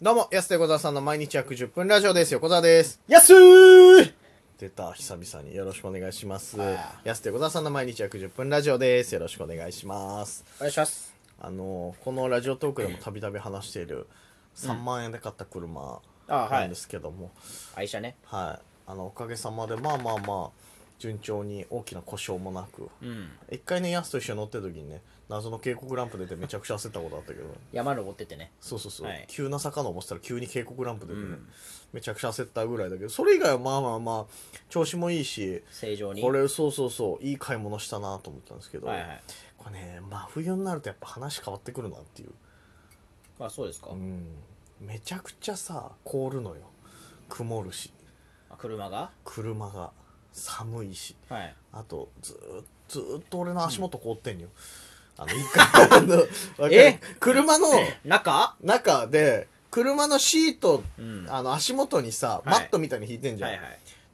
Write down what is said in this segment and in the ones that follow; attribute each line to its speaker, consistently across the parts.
Speaker 1: どうも、安手小沢さんの毎日約10分ラジオです。横澤です。
Speaker 2: やすー
Speaker 1: 出た、久々によろしくお願いします
Speaker 2: あ。
Speaker 1: 安手小沢さんの毎日約10分ラジオです。よろしくお願いします。
Speaker 2: お願いします。
Speaker 1: あの、このラジオトークでもたびたび話している3万円で買った車
Speaker 2: あはい
Speaker 1: なんですけども、
Speaker 2: 愛車ね。
Speaker 1: はい。あの、おかげさまで、まあまあまあ、順調に大きな故障もなく、
Speaker 2: うん。
Speaker 1: 一回ね、安と一緒に乗ってる時にね、謎の警告ランプ出てめちゃくちゃ焦ったことあ ったけど、
Speaker 2: 山登っててね。
Speaker 1: そうそうそう、
Speaker 2: はい
Speaker 1: 急な坂登ってたら急に警告ランプ出てね、
Speaker 2: うん
Speaker 1: めちゃくちゃ焦ったぐらいだけどそれ以外はまあまあまあ調子もいいし
Speaker 2: 正常に。
Speaker 1: これそうそうそういい買い物したなと思ったんですけど、
Speaker 2: はいはい。
Speaker 1: これね真冬になるとやっぱ話変わってくるなっていう、
Speaker 2: あ、そうですか
Speaker 1: う。ん、めちゃくちゃさ凍るのよ曇るし
Speaker 2: あ車が
Speaker 1: 車が寒いし
Speaker 2: はい。
Speaker 1: あとずーっずーっと俺の足元凍ってんよ、あの一回あ のわかる
Speaker 2: え
Speaker 1: 車の
Speaker 2: 中
Speaker 1: 中で車のシート
Speaker 2: うんは
Speaker 1: あの足元にさ、
Speaker 2: い
Speaker 1: マットみたいに引いてん
Speaker 2: い
Speaker 1: じゃん、
Speaker 2: はい。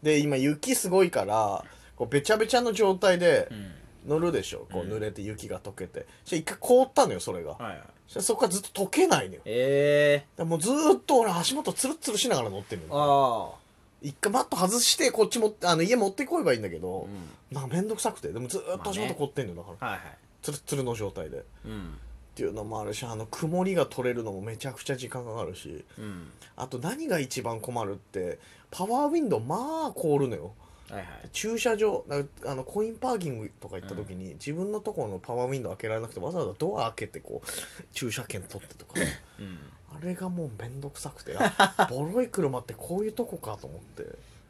Speaker 1: で今雪すごいからこうべちゃべちゃの状態で
Speaker 2: うん。
Speaker 1: 乗るでしょこう
Speaker 2: うん
Speaker 1: 濡れて雪が溶けてそして一回凍ったのよそれが
Speaker 2: はいはい。
Speaker 1: そしたらそこからずっと溶けないのよ
Speaker 2: え
Speaker 1: でもうずーっと俺足元ツルツルしながら乗ってる
Speaker 2: ー。
Speaker 1: のよ
Speaker 2: あ
Speaker 1: 一回マット外してこっちもあの家持ってこいばいいんだけ
Speaker 2: あ。う
Speaker 1: ど、
Speaker 2: ん。
Speaker 1: なんかめんどくさくてでもずーっと足元凍ってんのよだから
Speaker 2: はいはい。
Speaker 1: ツルツルの状態でっ
Speaker 2: うん。
Speaker 1: ていうのもあるしあの曇りが取れるのもめちゃくちゃ時間かかるし
Speaker 2: うん。
Speaker 1: あと何が一番困るってパワーウィンドウまあ凍るのよ
Speaker 2: はいはい。
Speaker 1: 駐車場なあのコインパーキングとか行った時に、自分のところのパワーウィンドウ開けられなくてわざわざドア開けてこう駐車券取ってとか
Speaker 2: うん。
Speaker 1: あれがもうめんどくさくてあボロい車ってこういうとこかと思って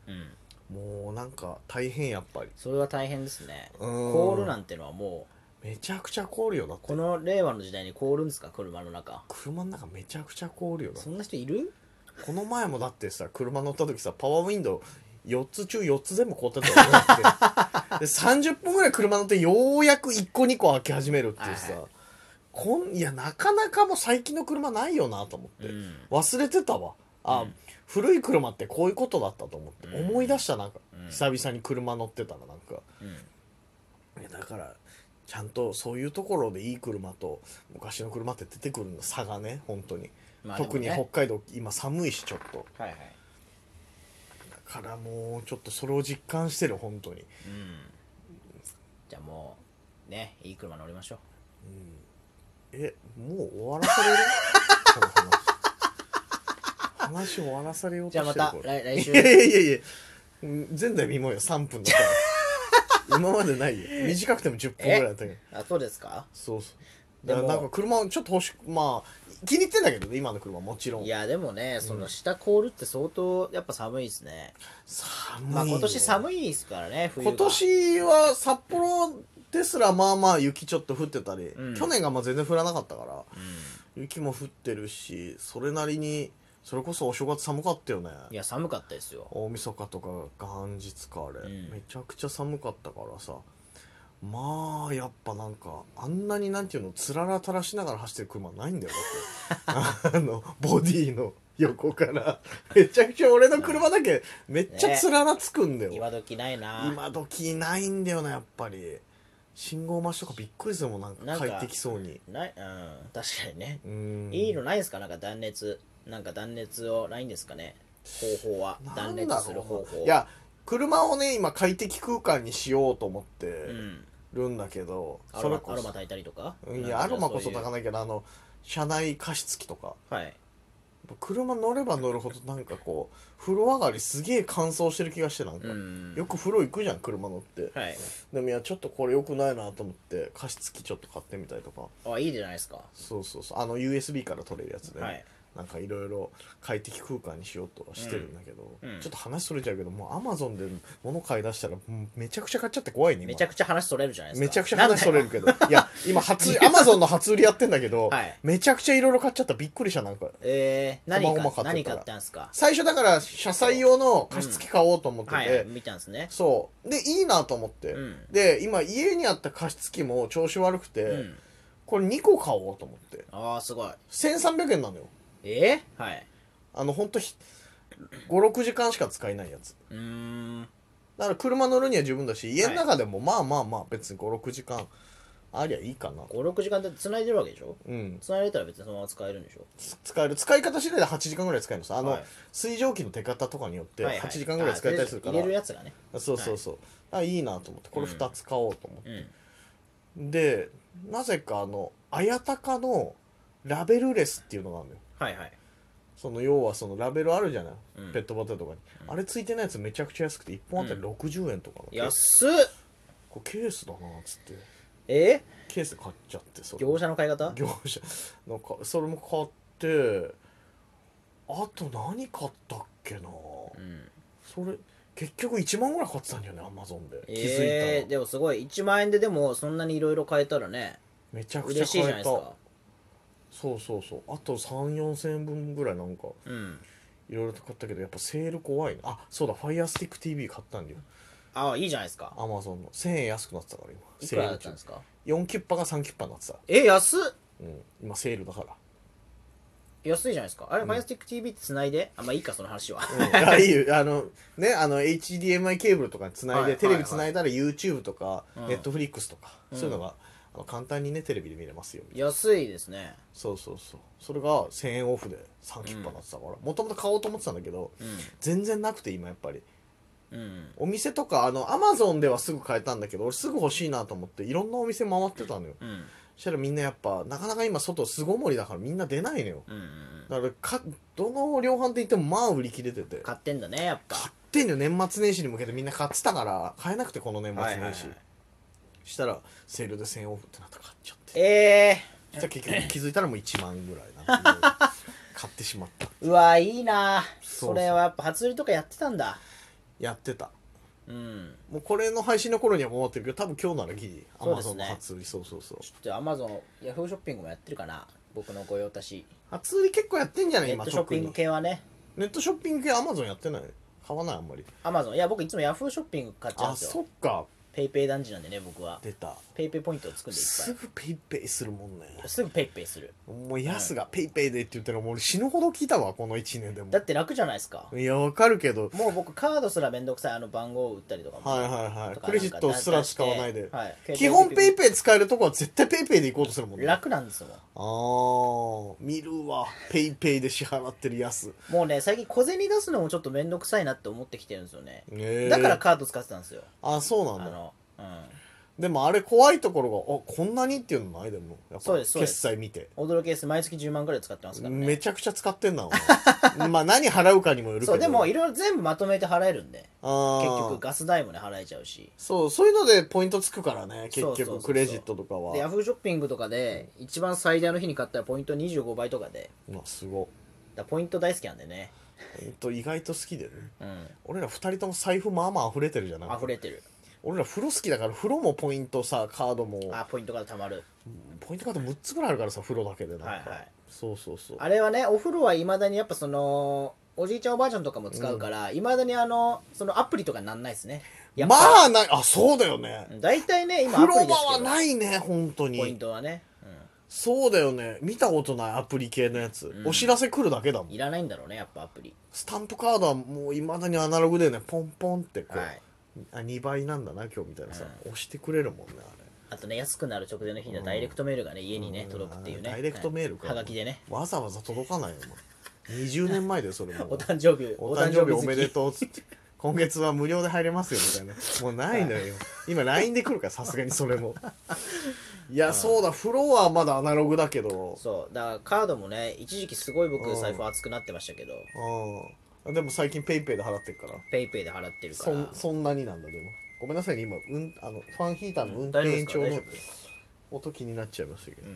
Speaker 2: うん。
Speaker 1: もうなんか大変やっぱり
Speaker 2: それは大変ですね。
Speaker 1: うーん
Speaker 2: 凍るなんてのはも
Speaker 1: めちゃくちゃ凍るよだっ
Speaker 2: う、こ
Speaker 1: て
Speaker 2: の令和の時代に凍るんですか車の中。
Speaker 1: 車の中めちゃくちゃ凍るよだって
Speaker 2: そんな人いる
Speaker 1: この前もだってさ車乗った時さパワーウィンドウ4つ中4つ全部凍ってたよ俺だってで30分ぐらい車乗ってようやく1個2個開き始めるっていうさ、
Speaker 2: はいは
Speaker 1: こんいやなかなかもう最近の車ないよなと思って、
Speaker 2: うん。
Speaker 1: 忘れてたわあ、
Speaker 2: うん
Speaker 1: 古い車ってこういうことだったと思って、
Speaker 2: うん
Speaker 1: 思い出したなんか、
Speaker 2: うん
Speaker 1: 久々に車乗ってたらなんか
Speaker 2: うん。
Speaker 1: いやだからちゃんとそういうところでいい車と昔の車って出てくるの差がね本当に、
Speaker 2: まあでも
Speaker 1: 特
Speaker 2: ね
Speaker 1: に北海道今寒いしちょっと
Speaker 2: はいはい。
Speaker 1: だからもうちょっとそれを実感してる本当に、
Speaker 2: うん。じゃあもう、ね、いい車乗りましょう。
Speaker 1: えもう終わらさ れるこの話話終わらされようと
Speaker 2: じゃあ
Speaker 1: し
Speaker 2: ま
Speaker 1: てる
Speaker 2: た
Speaker 1: これ
Speaker 2: 来来 週
Speaker 1: いやいやいやいやうん前代未聞よ3分だから今まで ないよ短くても10分ぐらいだったけど
Speaker 2: あそうですか
Speaker 1: そうそう
Speaker 2: で
Speaker 1: だ
Speaker 2: も
Speaker 1: からなんか車ちょっと欲しくまあ気に入ってんだけどね今の車もちろん
Speaker 2: いやでもねその下凍るって相当やっぱ寒いですね、
Speaker 1: 寒いよ、
Speaker 2: まあ今年寒
Speaker 1: い
Speaker 2: いですからね冬が
Speaker 1: 今年は札幌ですらまあまあ雪ちょっと降ってたり、
Speaker 2: うん
Speaker 1: 去年がまあ全然降らなかったから
Speaker 2: うん
Speaker 1: 雪も降ってるしそれなりにそれこそお正月寒かったよね
Speaker 2: いや寒かったですよ
Speaker 1: 大晦日とか元日かあれ、
Speaker 2: うん
Speaker 1: めちゃくちゃ寒かったからさまあやっぱなんかあんなになんていうのつらら垂らしながら走ってる車ないんだよ だってあのボディの横からめちゃくちゃ俺の車だけめっちゃつららつくんだよ、
Speaker 2: 今時ないな
Speaker 1: 今時ないんだよなやっぱり信号待ちとかびっくりするもんなん
Speaker 2: な
Speaker 1: か
Speaker 2: んか
Speaker 1: 快適そうに
Speaker 2: ないうん確かにね、
Speaker 1: うん
Speaker 2: いいのないですかなんか断熱なんか断熱をないんですかね方法は
Speaker 1: な
Speaker 2: 断
Speaker 1: んだろう
Speaker 2: 熱する方法
Speaker 1: いや車をね今快適空間にしようと思っ
Speaker 2: う
Speaker 1: て
Speaker 2: ん
Speaker 1: るんだけど、
Speaker 2: ア
Speaker 1: そ
Speaker 2: ロ
Speaker 1: れ
Speaker 2: マ
Speaker 1: こ
Speaker 2: アロマ
Speaker 1: そ
Speaker 2: 炊いたりとか
Speaker 1: いやアロマこそ
Speaker 2: なん
Speaker 1: 炊か
Speaker 2: かそうい
Speaker 1: ないけどあの車内加湿器とか
Speaker 2: うはい
Speaker 1: 車乗れば乗るほどなんかこう風呂上がりすげえ乾燥してる気がしてなんか、
Speaker 2: うん
Speaker 1: よく風呂行くじゃん車乗って
Speaker 2: はい
Speaker 1: でもいやちょっとこれ良くないなと思って加湿器ちょっと買ってみたりとか
Speaker 2: あいいじゃないですか
Speaker 1: そうそうそうあの USB から取れるやつでね、
Speaker 2: はい
Speaker 1: なんかいろいろ快適空間にしようとはしてるんだけど、
Speaker 2: うんうん
Speaker 1: ちょっと話それちゃうけどもうアマゾンで物買い出したらうんめちゃくちゃ買っちゃって怖いね今
Speaker 2: めちゃくちゃ話それるじゃないですか
Speaker 1: めちゃくちゃ
Speaker 2: なんだ
Speaker 1: 話
Speaker 2: よ
Speaker 1: それるけどいや今 初アマゾンの初売りやってんだけど、
Speaker 2: はい
Speaker 1: めちゃくちゃいろいろ買っちゃったびっくりしたなんか
Speaker 2: えー、何
Speaker 1: 細々買ってた
Speaker 2: から何買ったんすか
Speaker 1: 最初だから車載用の加湿器買おうと思ってて、
Speaker 2: はい、はい、見たんですね
Speaker 1: そうでいいなと思って、
Speaker 2: うん
Speaker 1: で今家にあった加湿器も調子悪くて、
Speaker 2: うん
Speaker 1: これ2個買おうと思って
Speaker 2: ああすごい
Speaker 1: 1300円なのよ
Speaker 2: えー、はい
Speaker 1: あのほんと56時間しか使えないやつ
Speaker 2: うーん
Speaker 1: だから車乗るには十分だし家の中でもまあまあまあ別に56時間ありゃいいかな
Speaker 2: 56時間で繋いでるわけでしょ
Speaker 1: うん
Speaker 2: 繋いでたら別にそのまま使えるんでしょ
Speaker 1: つ使える使い方次第で8時間ぐらい使えるんですあの、
Speaker 2: はい
Speaker 1: 水蒸気の出方とかによって
Speaker 2: はいはい
Speaker 1: 8時間ぐらい使えたりするか
Speaker 2: あ入
Speaker 1: ら、
Speaker 2: れるやつがね
Speaker 1: そうそうそう、あいいなと思ってこれ2つ買おうと思って、
Speaker 2: うん
Speaker 1: でなぜかあの綾鷹のラベルレスっていうのがあるのよ
Speaker 2: はいはい
Speaker 1: その要はそのラベルあるじゃない、
Speaker 2: うん
Speaker 1: ペットボトルとかに、あれついてないやつめちゃくちゃ安くて1本あたり60円とかの、
Speaker 2: 安っ
Speaker 1: これケースだなっつって
Speaker 2: え
Speaker 1: ケースで買っちゃってそれ
Speaker 2: 業者の買い方
Speaker 1: 業者なんかそれも買ってあと何買ったっけな、
Speaker 2: うん
Speaker 1: それ結局1万ぐらい買ってたんだよねアマゾンで、気づい
Speaker 2: えー
Speaker 1: たら
Speaker 2: でもすごい1万円ででもそんなにいろいろ買えたらね
Speaker 1: めちゃくちゃ
Speaker 2: 嬉しいじゃな
Speaker 1: 買
Speaker 2: い
Speaker 1: え
Speaker 2: です
Speaker 1: た
Speaker 2: か
Speaker 1: そうそうそうあと3 4千円分ぐらいなんか
Speaker 2: うん
Speaker 1: いろいろと買ったけどやっぱセール怖いなあそうだファイアスティック TV 買ったんだよ
Speaker 2: ああいいじゃないですか
Speaker 1: アマゾンの1000円安くなってたから今
Speaker 2: いくらだったんですか
Speaker 1: 4キュッパが3キュッパになってた、
Speaker 2: え安っ
Speaker 1: うん、今セールだから
Speaker 2: 安いじゃないですかあれ、ファイアスティック TV ってつないであまあいいかその話 は
Speaker 1: ああいうあのねあの HDMI ケーブルとかにつないで、
Speaker 2: はい
Speaker 1: テレビつないだら YouTube とか、
Speaker 2: うん
Speaker 1: Netflix とか、そういうのがあの簡単にねテレビで見れますよみたいな
Speaker 2: 安いですね
Speaker 1: そうそうそうそれが1000円オフで3キュッパになってたからもともと買おうと思ってたんだけど全然なくて今やっぱり
Speaker 2: うんうん
Speaker 1: お店とかあの Amazon ではすぐ買えたんだけど俺すぐ欲しいなと思っていろんなお店回ってたのよ
Speaker 2: うん
Speaker 1: そしたらみんなやっぱなかなか今外巣ごもりだからみんな出ないのよ
Speaker 2: うんうん
Speaker 1: だからかどの量販店行ってもまあ売り切れてて
Speaker 2: 買ってんだねやっぱ
Speaker 1: 買ってんのよ年末年始に向けてみんな買ってたから買えなくてこの年末年始、したらセールで1000円オフってなったから買っちゃって
Speaker 2: え
Speaker 1: そしたら結局気づいたらもう1万ぐらいなんて いう買ってしまった
Speaker 2: ー、うわいいな
Speaker 1: そうそう
Speaker 2: それはやっぱ初売りとかやってたんだ
Speaker 1: やってた
Speaker 2: うん
Speaker 1: もうこれの配信の頃にはもう終わってるけど多分今日ならギリア
Speaker 2: そう
Speaker 1: マ
Speaker 2: で
Speaker 1: ゾ
Speaker 2: す
Speaker 1: ンの
Speaker 2: ね
Speaker 1: 初売りそうそうそう
Speaker 2: ちょっとアマゾンヤフーショッピングもやってるかな僕の御用達
Speaker 1: 初売り結構やってんじゃない
Speaker 2: ネ
Speaker 1: 今
Speaker 2: ットショッ
Speaker 1: 特
Speaker 2: ピン
Speaker 1: に
Speaker 2: グ系はね
Speaker 1: ネットショッピング系アマゾンやってない買わないあんまり
Speaker 2: アマゾンいや僕いつもヤフーショッピング買っちゃうん
Speaker 1: あ
Speaker 2: です
Speaker 1: そ
Speaker 2: よ
Speaker 1: っか
Speaker 2: ペイペイ男児なんでね僕は
Speaker 1: 出た
Speaker 2: ペイペイポイントを作るんでいっ
Speaker 1: すぐペイペイするもんね
Speaker 2: ぱいすぐペイペイする
Speaker 1: もうヤスがペイペイでって言ってるのもう俺死ぬほど聞いたわこの1年でも
Speaker 2: だって楽じゃないですか
Speaker 1: いやわかるけど
Speaker 2: もう僕カードすらめんどくさいあの番号を打ったりとかも
Speaker 1: はいはいはい
Speaker 2: とか
Speaker 1: クレジットすら使わないで、
Speaker 2: はい
Speaker 1: 基本ペイペイ使えるとこは絶対ペイペイで行こうとするもんねあ
Speaker 2: 楽なんですもん
Speaker 1: あー見るわペイペイで支払ってるやす
Speaker 2: もうね最近小銭出すのもちょっとめんどくさいなって思ってきてるんですよね
Speaker 1: ね
Speaker 2: だからカード使ってたんですよ
Speaker 1: あそう
Speaker 2: あ
Speaker 1: なんだ
Speaker 2: のうん
Speaker 1: でもあれ怖いところがあこんなにっていうのないでもやっぱ
Speaker 2: そうですそうです
Speaker 1: 決済見て
Speaker 2: 驚きです毎月10万ぐらい使ってますから
Speaker 1: め
Speaker 2: ね
Speaker 1: ちゃくちゃ使ってんなお前 まあ何払うかにもよるけど
Speaker 2: そうでもいろいろ全部まとめて払えるんで
Speaker 1: あ
Speaker 2: 結
Speaker 1: ー
Speaker 2: 局ガス代もね払えちゃうし
Speaker 1: そうそういうのでポイントつくからね
Speaker 2: そ
Speaker 1: 結
Speaker 2: うそうそう
Speaker 1: 局
Speaker 2: そう
Speaker 1: クレジットとかは
Speaker 2: でヤフーショッピングとかで一番最大の日に買ったらポイント25倍とかで
Speaker 1: まあすごい
Speaker 2: だからポイント大好きなんでね
Speaker 1: えっと意外と好きでね
Speaker 2: うん
Speaker 1: 俺ら二人とも財布まあまあ溢れてるじゃない
Speaker 2: 溢れてる
Speaker 1: 俺ら風呂好きだから風呂もポイントさカードも
Speaker 2: あポイントから貯まる
Speaker 1: ポイントカード6つぐらいあるからさ風呂だけでなんか、
Speaker 2: はいはい
Speaker 1: そうそうそう
Speaker 2: あれはねお風呂はいまだにやっぱそのおじいちゃんおばあちゃんとかも使うからいま、未だにあのそのアプリとかになんないですねやっ
Speaker 1: ま
Speaker 2: ぱ
Speaker 1: あないあそうだよね、
Speaker 2: うん大体ね今
Speaker 1: 風
Speaker 2: アプ
Speaker 1: 呂
Speaker 2: リ
Speaker 1: 場
Speaker 2: です
Speaker 1: は
Speaker 2: けど
Speaker 1: ないね本当
Speaker 2: ポイン
Speaker 1: に
Speaker 2: トはね、
Speaker 1: そうだよね見たことないアプリ系のやつ、お知らせ来るだけだも
Speaker 2: うんん、いらないんだろうねやっぱアプリ
Speaker 1: スタンプカードはもういまだにアナログでねポンポンってこう、
Speaker 2: はい
Speaker 1: あ2倍なんだな今日みたいなさ、押してくれるもんねあれ
Speaker 2: あとね安くなる直前の日にはダイレクトメールがね家にね届くっていうね
Speaker 1: ダイレクトメール
Speaker 2: か
Speaker 1: か
Speaker 2: はがきでね
Speaker 1: わざわざ届かないよもう20年前でそれも
Speaker 2: お 誕生日
Speaker 1: お誕生日
Speaker 2: 好
Speaker 1: お
Speaker 2: き
Speaker 1: めでとうっつ って今月は無料で入れますよみたいなもうないのよ今 LINE で来るからさすがにそれもいやそうだフロアまだアナログだけど
Speaker 2: そうだからカードもね一時期すごい僕
Speaker 1: うん
Speaker 2: 財布熱くなってましたけど
Speaker 1: うんでも最近ペイペイで払ってるから
Speaker 2: ペイペイで払ってるか
Speaker 1: そ
Speaker 2: ら
Speaker 1: んそんなになんだでもごめんなさいね今、うん、あのファンヒーターの運
Speaker 2: 大
Speaker 1: 転
Speaker 2: 丈夫で
Speaker 1: 延
Speaker 2: すか
Speaker 1: 長の
Speaker 2: 大丈夫です
Speaker 1: 音気になっちゃいましたけど、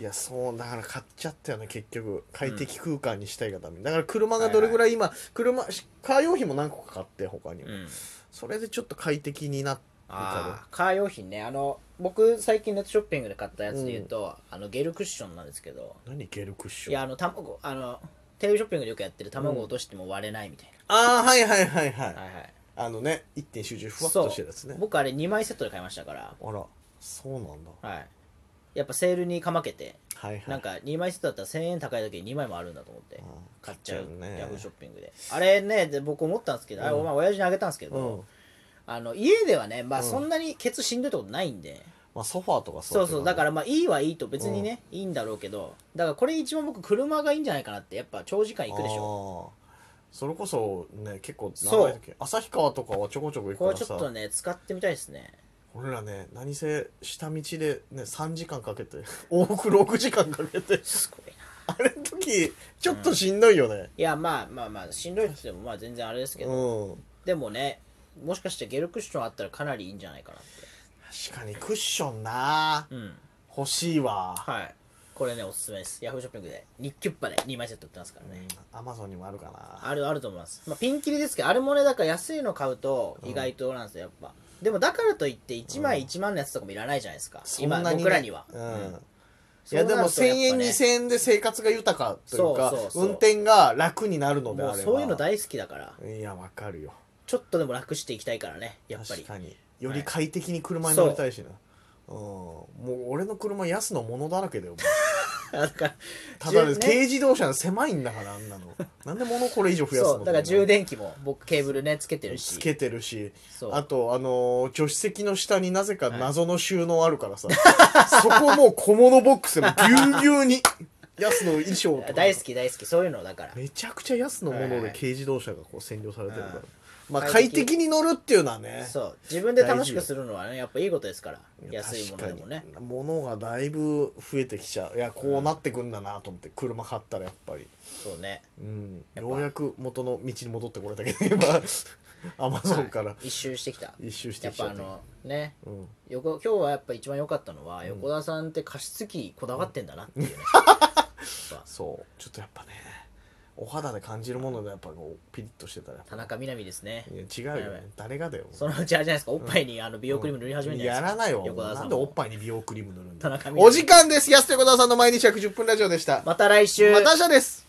Speaker 1: いやそうだから買っちゃったよね結局快適空間にしたいがためにだから車がどれぐらい今、車しカー用品も何個か買って他にも、
Speaker 2: うん
Speaker 1: それでちょっと快適になって
Speaker 2: あーカー用品ねあの僕最近ネットショッピングで買ったやつで言うと、あのゲルクッションなんですけど
Speaker 1: 何ゲルクッション
Speaker 2: いやあの卵あのテレビショッピングでよくやってる卵落としても割れないみたい
Speaker 1: ああはいはいはいはい、
Speaker 2: な、はいはい
Speaker 1: あのね一点集中ふわっ
Speaker 2: そ
Speaker 1: と
Speaker 2: う
Speaker 1: してるやつね
Speaker 2: 僕あれ2枚セットで買いましたから
Speaker 1: あらそうなんだ
Speaker 2: はいやっぱセールにかまけて
Speaker 1: はいはい
Speaker 2: なんか2枚セットだったら1000円高いだけに2枚もあるんだと思って
Speaker 1: あー
Speaker 2: 買っちゃう
Speaker 1: 買っちゃうね
Speaker 2: ヤフーショッピングであれねで僕思ったんですけど、あれお前親父にあげたんですけ
Speaker 1: う
Speaker 2: ど、
Speaker 1: ん
Speaker 2: あの家ではねまあそんなにケツしんどいってことないんで、
Speaker 1: まあ、ソファーとか
Speaker 2: そうそうだかららまあいいはいいと別にね、いいんだろうけどだからこれ一番僕車がいいんじゃないかなってやっぱ長時間行くでしょ
Speaker 1: ょそれこそね結構
Speaker 2: そ
Speaker 1: 長
Speaker 2: う
Speaker 1: い時旭川とかはちょこちょこ行く
Speaker 2: こ
Speaker 1: か
Speaker 2: れ
Speaker 1: ら
Speaker 2: ちょ
Speaker 1: さ
Speaker 2: っとね使ってみたいですね
Speaker 1: 俺らね何せ下道でね3時間かけて往復6時間かけて
Speaker 2: すごいな
Speaker 1: あれの時ちょっとしんどいよね
Speaker 2: いやまあまあまあしんどいって言ってもまあ全然あれですけど、
Speaker 1: うん、
Speaker 2: でもねもしかしてゲルクッションあったらかなりいいんじゃないかなって
Speaker 1: 確かにクッションな
Speaker 2: うん
Speaker 1: 欲しいわ
Speaker 2: はいこれねおすすめですヤフーショッピングで日キュッパで2枚セット売ってますからね、
Speaker 1: アマゾンにもあるかな
Speaker 2: あるあると思います、まあ、ピンキリですけどあれもねだから安いの買うと意外となんですよやっぱ、でもだからといって1枚1万のやつとかもいらないじゃないですか、
Speaker 1: そんな
Speaker 2: 今
Speaker 1: にね
Speaker 2: 僕らには、
Speaker 1: う
Speaker 2: うん
Speaker 1: んい
Speaker 2: そうな
Speaker 1: や
Speaker 2: ると
Speaker 1: で
Speaker 2: や
Speaker 1: も
Speaker 2: っぱ
Speaker 1: 1000
Speaker 2: ね
Speaker 1: 円2000円で生活が豊かというか
Speaker 2: そうそうそう
Speaker 1: 運転が楽になるので
Speaker 2: も
Speaker 1: あ
Speaker 2: う
Speaker 1: れば
Speaker 2: そういうの大好きだから
Speaker 1: いやわかるよ
Speaker 2: ちょっとでも楽していきたいからねやっぱ
Speaker 1: 確
Speaker 2: り
Speaker 1: かにより快適に車に乗りたいしな、うん、もう俺の車安のものだらけだよもう
Speaker 2: だから
Speaker 1: ただで
Speaker 2: じゅう
Speaker 1: す
Speaker 2: ね
Speaker 1: 軽自動車の狭いんだからあんなのなんで物これ以上増やすの
Speaker 2: そうだから充電器も僕ケーブルねつけてるし
Speaker 1: つけてるし
Speaker 2: そう
Speaker 1: あとあのー助手席の下になぜか謎の収納あるからさ、 そこもう小物ボックスでもぎゅうぎゅうに安の衣装とか
Speaker 2: 大好き大好きそういうのだから
Speaker 1: めちゃくちゃ安のも
Speaker 2: はい
Speaker 1: の
Speaker 2: は
Speaker 1: で
Speaker 2: い
Speaker 1: 軽自動車がこう占領されてるから、
Speaker 2: うん
Speaker 1: まあ
Speaker 2: 快
Speaker 1: 快
Speaker 2: 適
Speaker 1: 適に乗るっていうのはね
Speaker 2: そう自分で楽しくするのはねやっぱいいことですから安いものでもね
Speaker 1: 確かに物がだいぶ増えてきちゃういやこうなってくんだなと思って車買ったらやっぱり、
Speaker 2: そうね
Speaker 1: うん、
Speaker 2: やっぱ
Speaker 1: ようやく元の道に戻ってこれたけど今 アマゾンから
Speaker 2: 一周してきた
Speaker 1: 一周して
Speaker 2: やっ
Speaker 1: きちゃ
Speaker 2: ぱ
Speaker 1: っ
Speaker 2: あ
Speaker 1: た
Speaker 2: のね
Speaker 1: うん
Speaker 2: 横今日はやっぱ一番良かったのは、横田さんって加湿器こだわってんだなっていうね、やっぱ
Speaker 1: そうちょっとやっぱねお肌で感じるものでやっぱこうピリッとしてたらやっぱ
Speaker 2: 田中みな実ですね
Speaker 1: いや違う
Speaker 2: や
Speaker 1: よ
Speaker 2: ばい
Speaker 1: ね誰がだよ
Speaker 2: そのうちあれじゃないですかおっぱいにあの美容クリーム塗り始めるんじゃ
Speaker 1: や
Speaker 2: ないです
Speaker 1: らないわ
Speaker 2: 横田さんも
Speaker 1: なんでおっぱいに美容クリーム塗るんだ
Speaker 2: 田中みな実
Speaker 1: お時間です安手小沢さんの毎日約10分ラジオでした
Speaker 2: かまた来週
Speaker 1: また明日です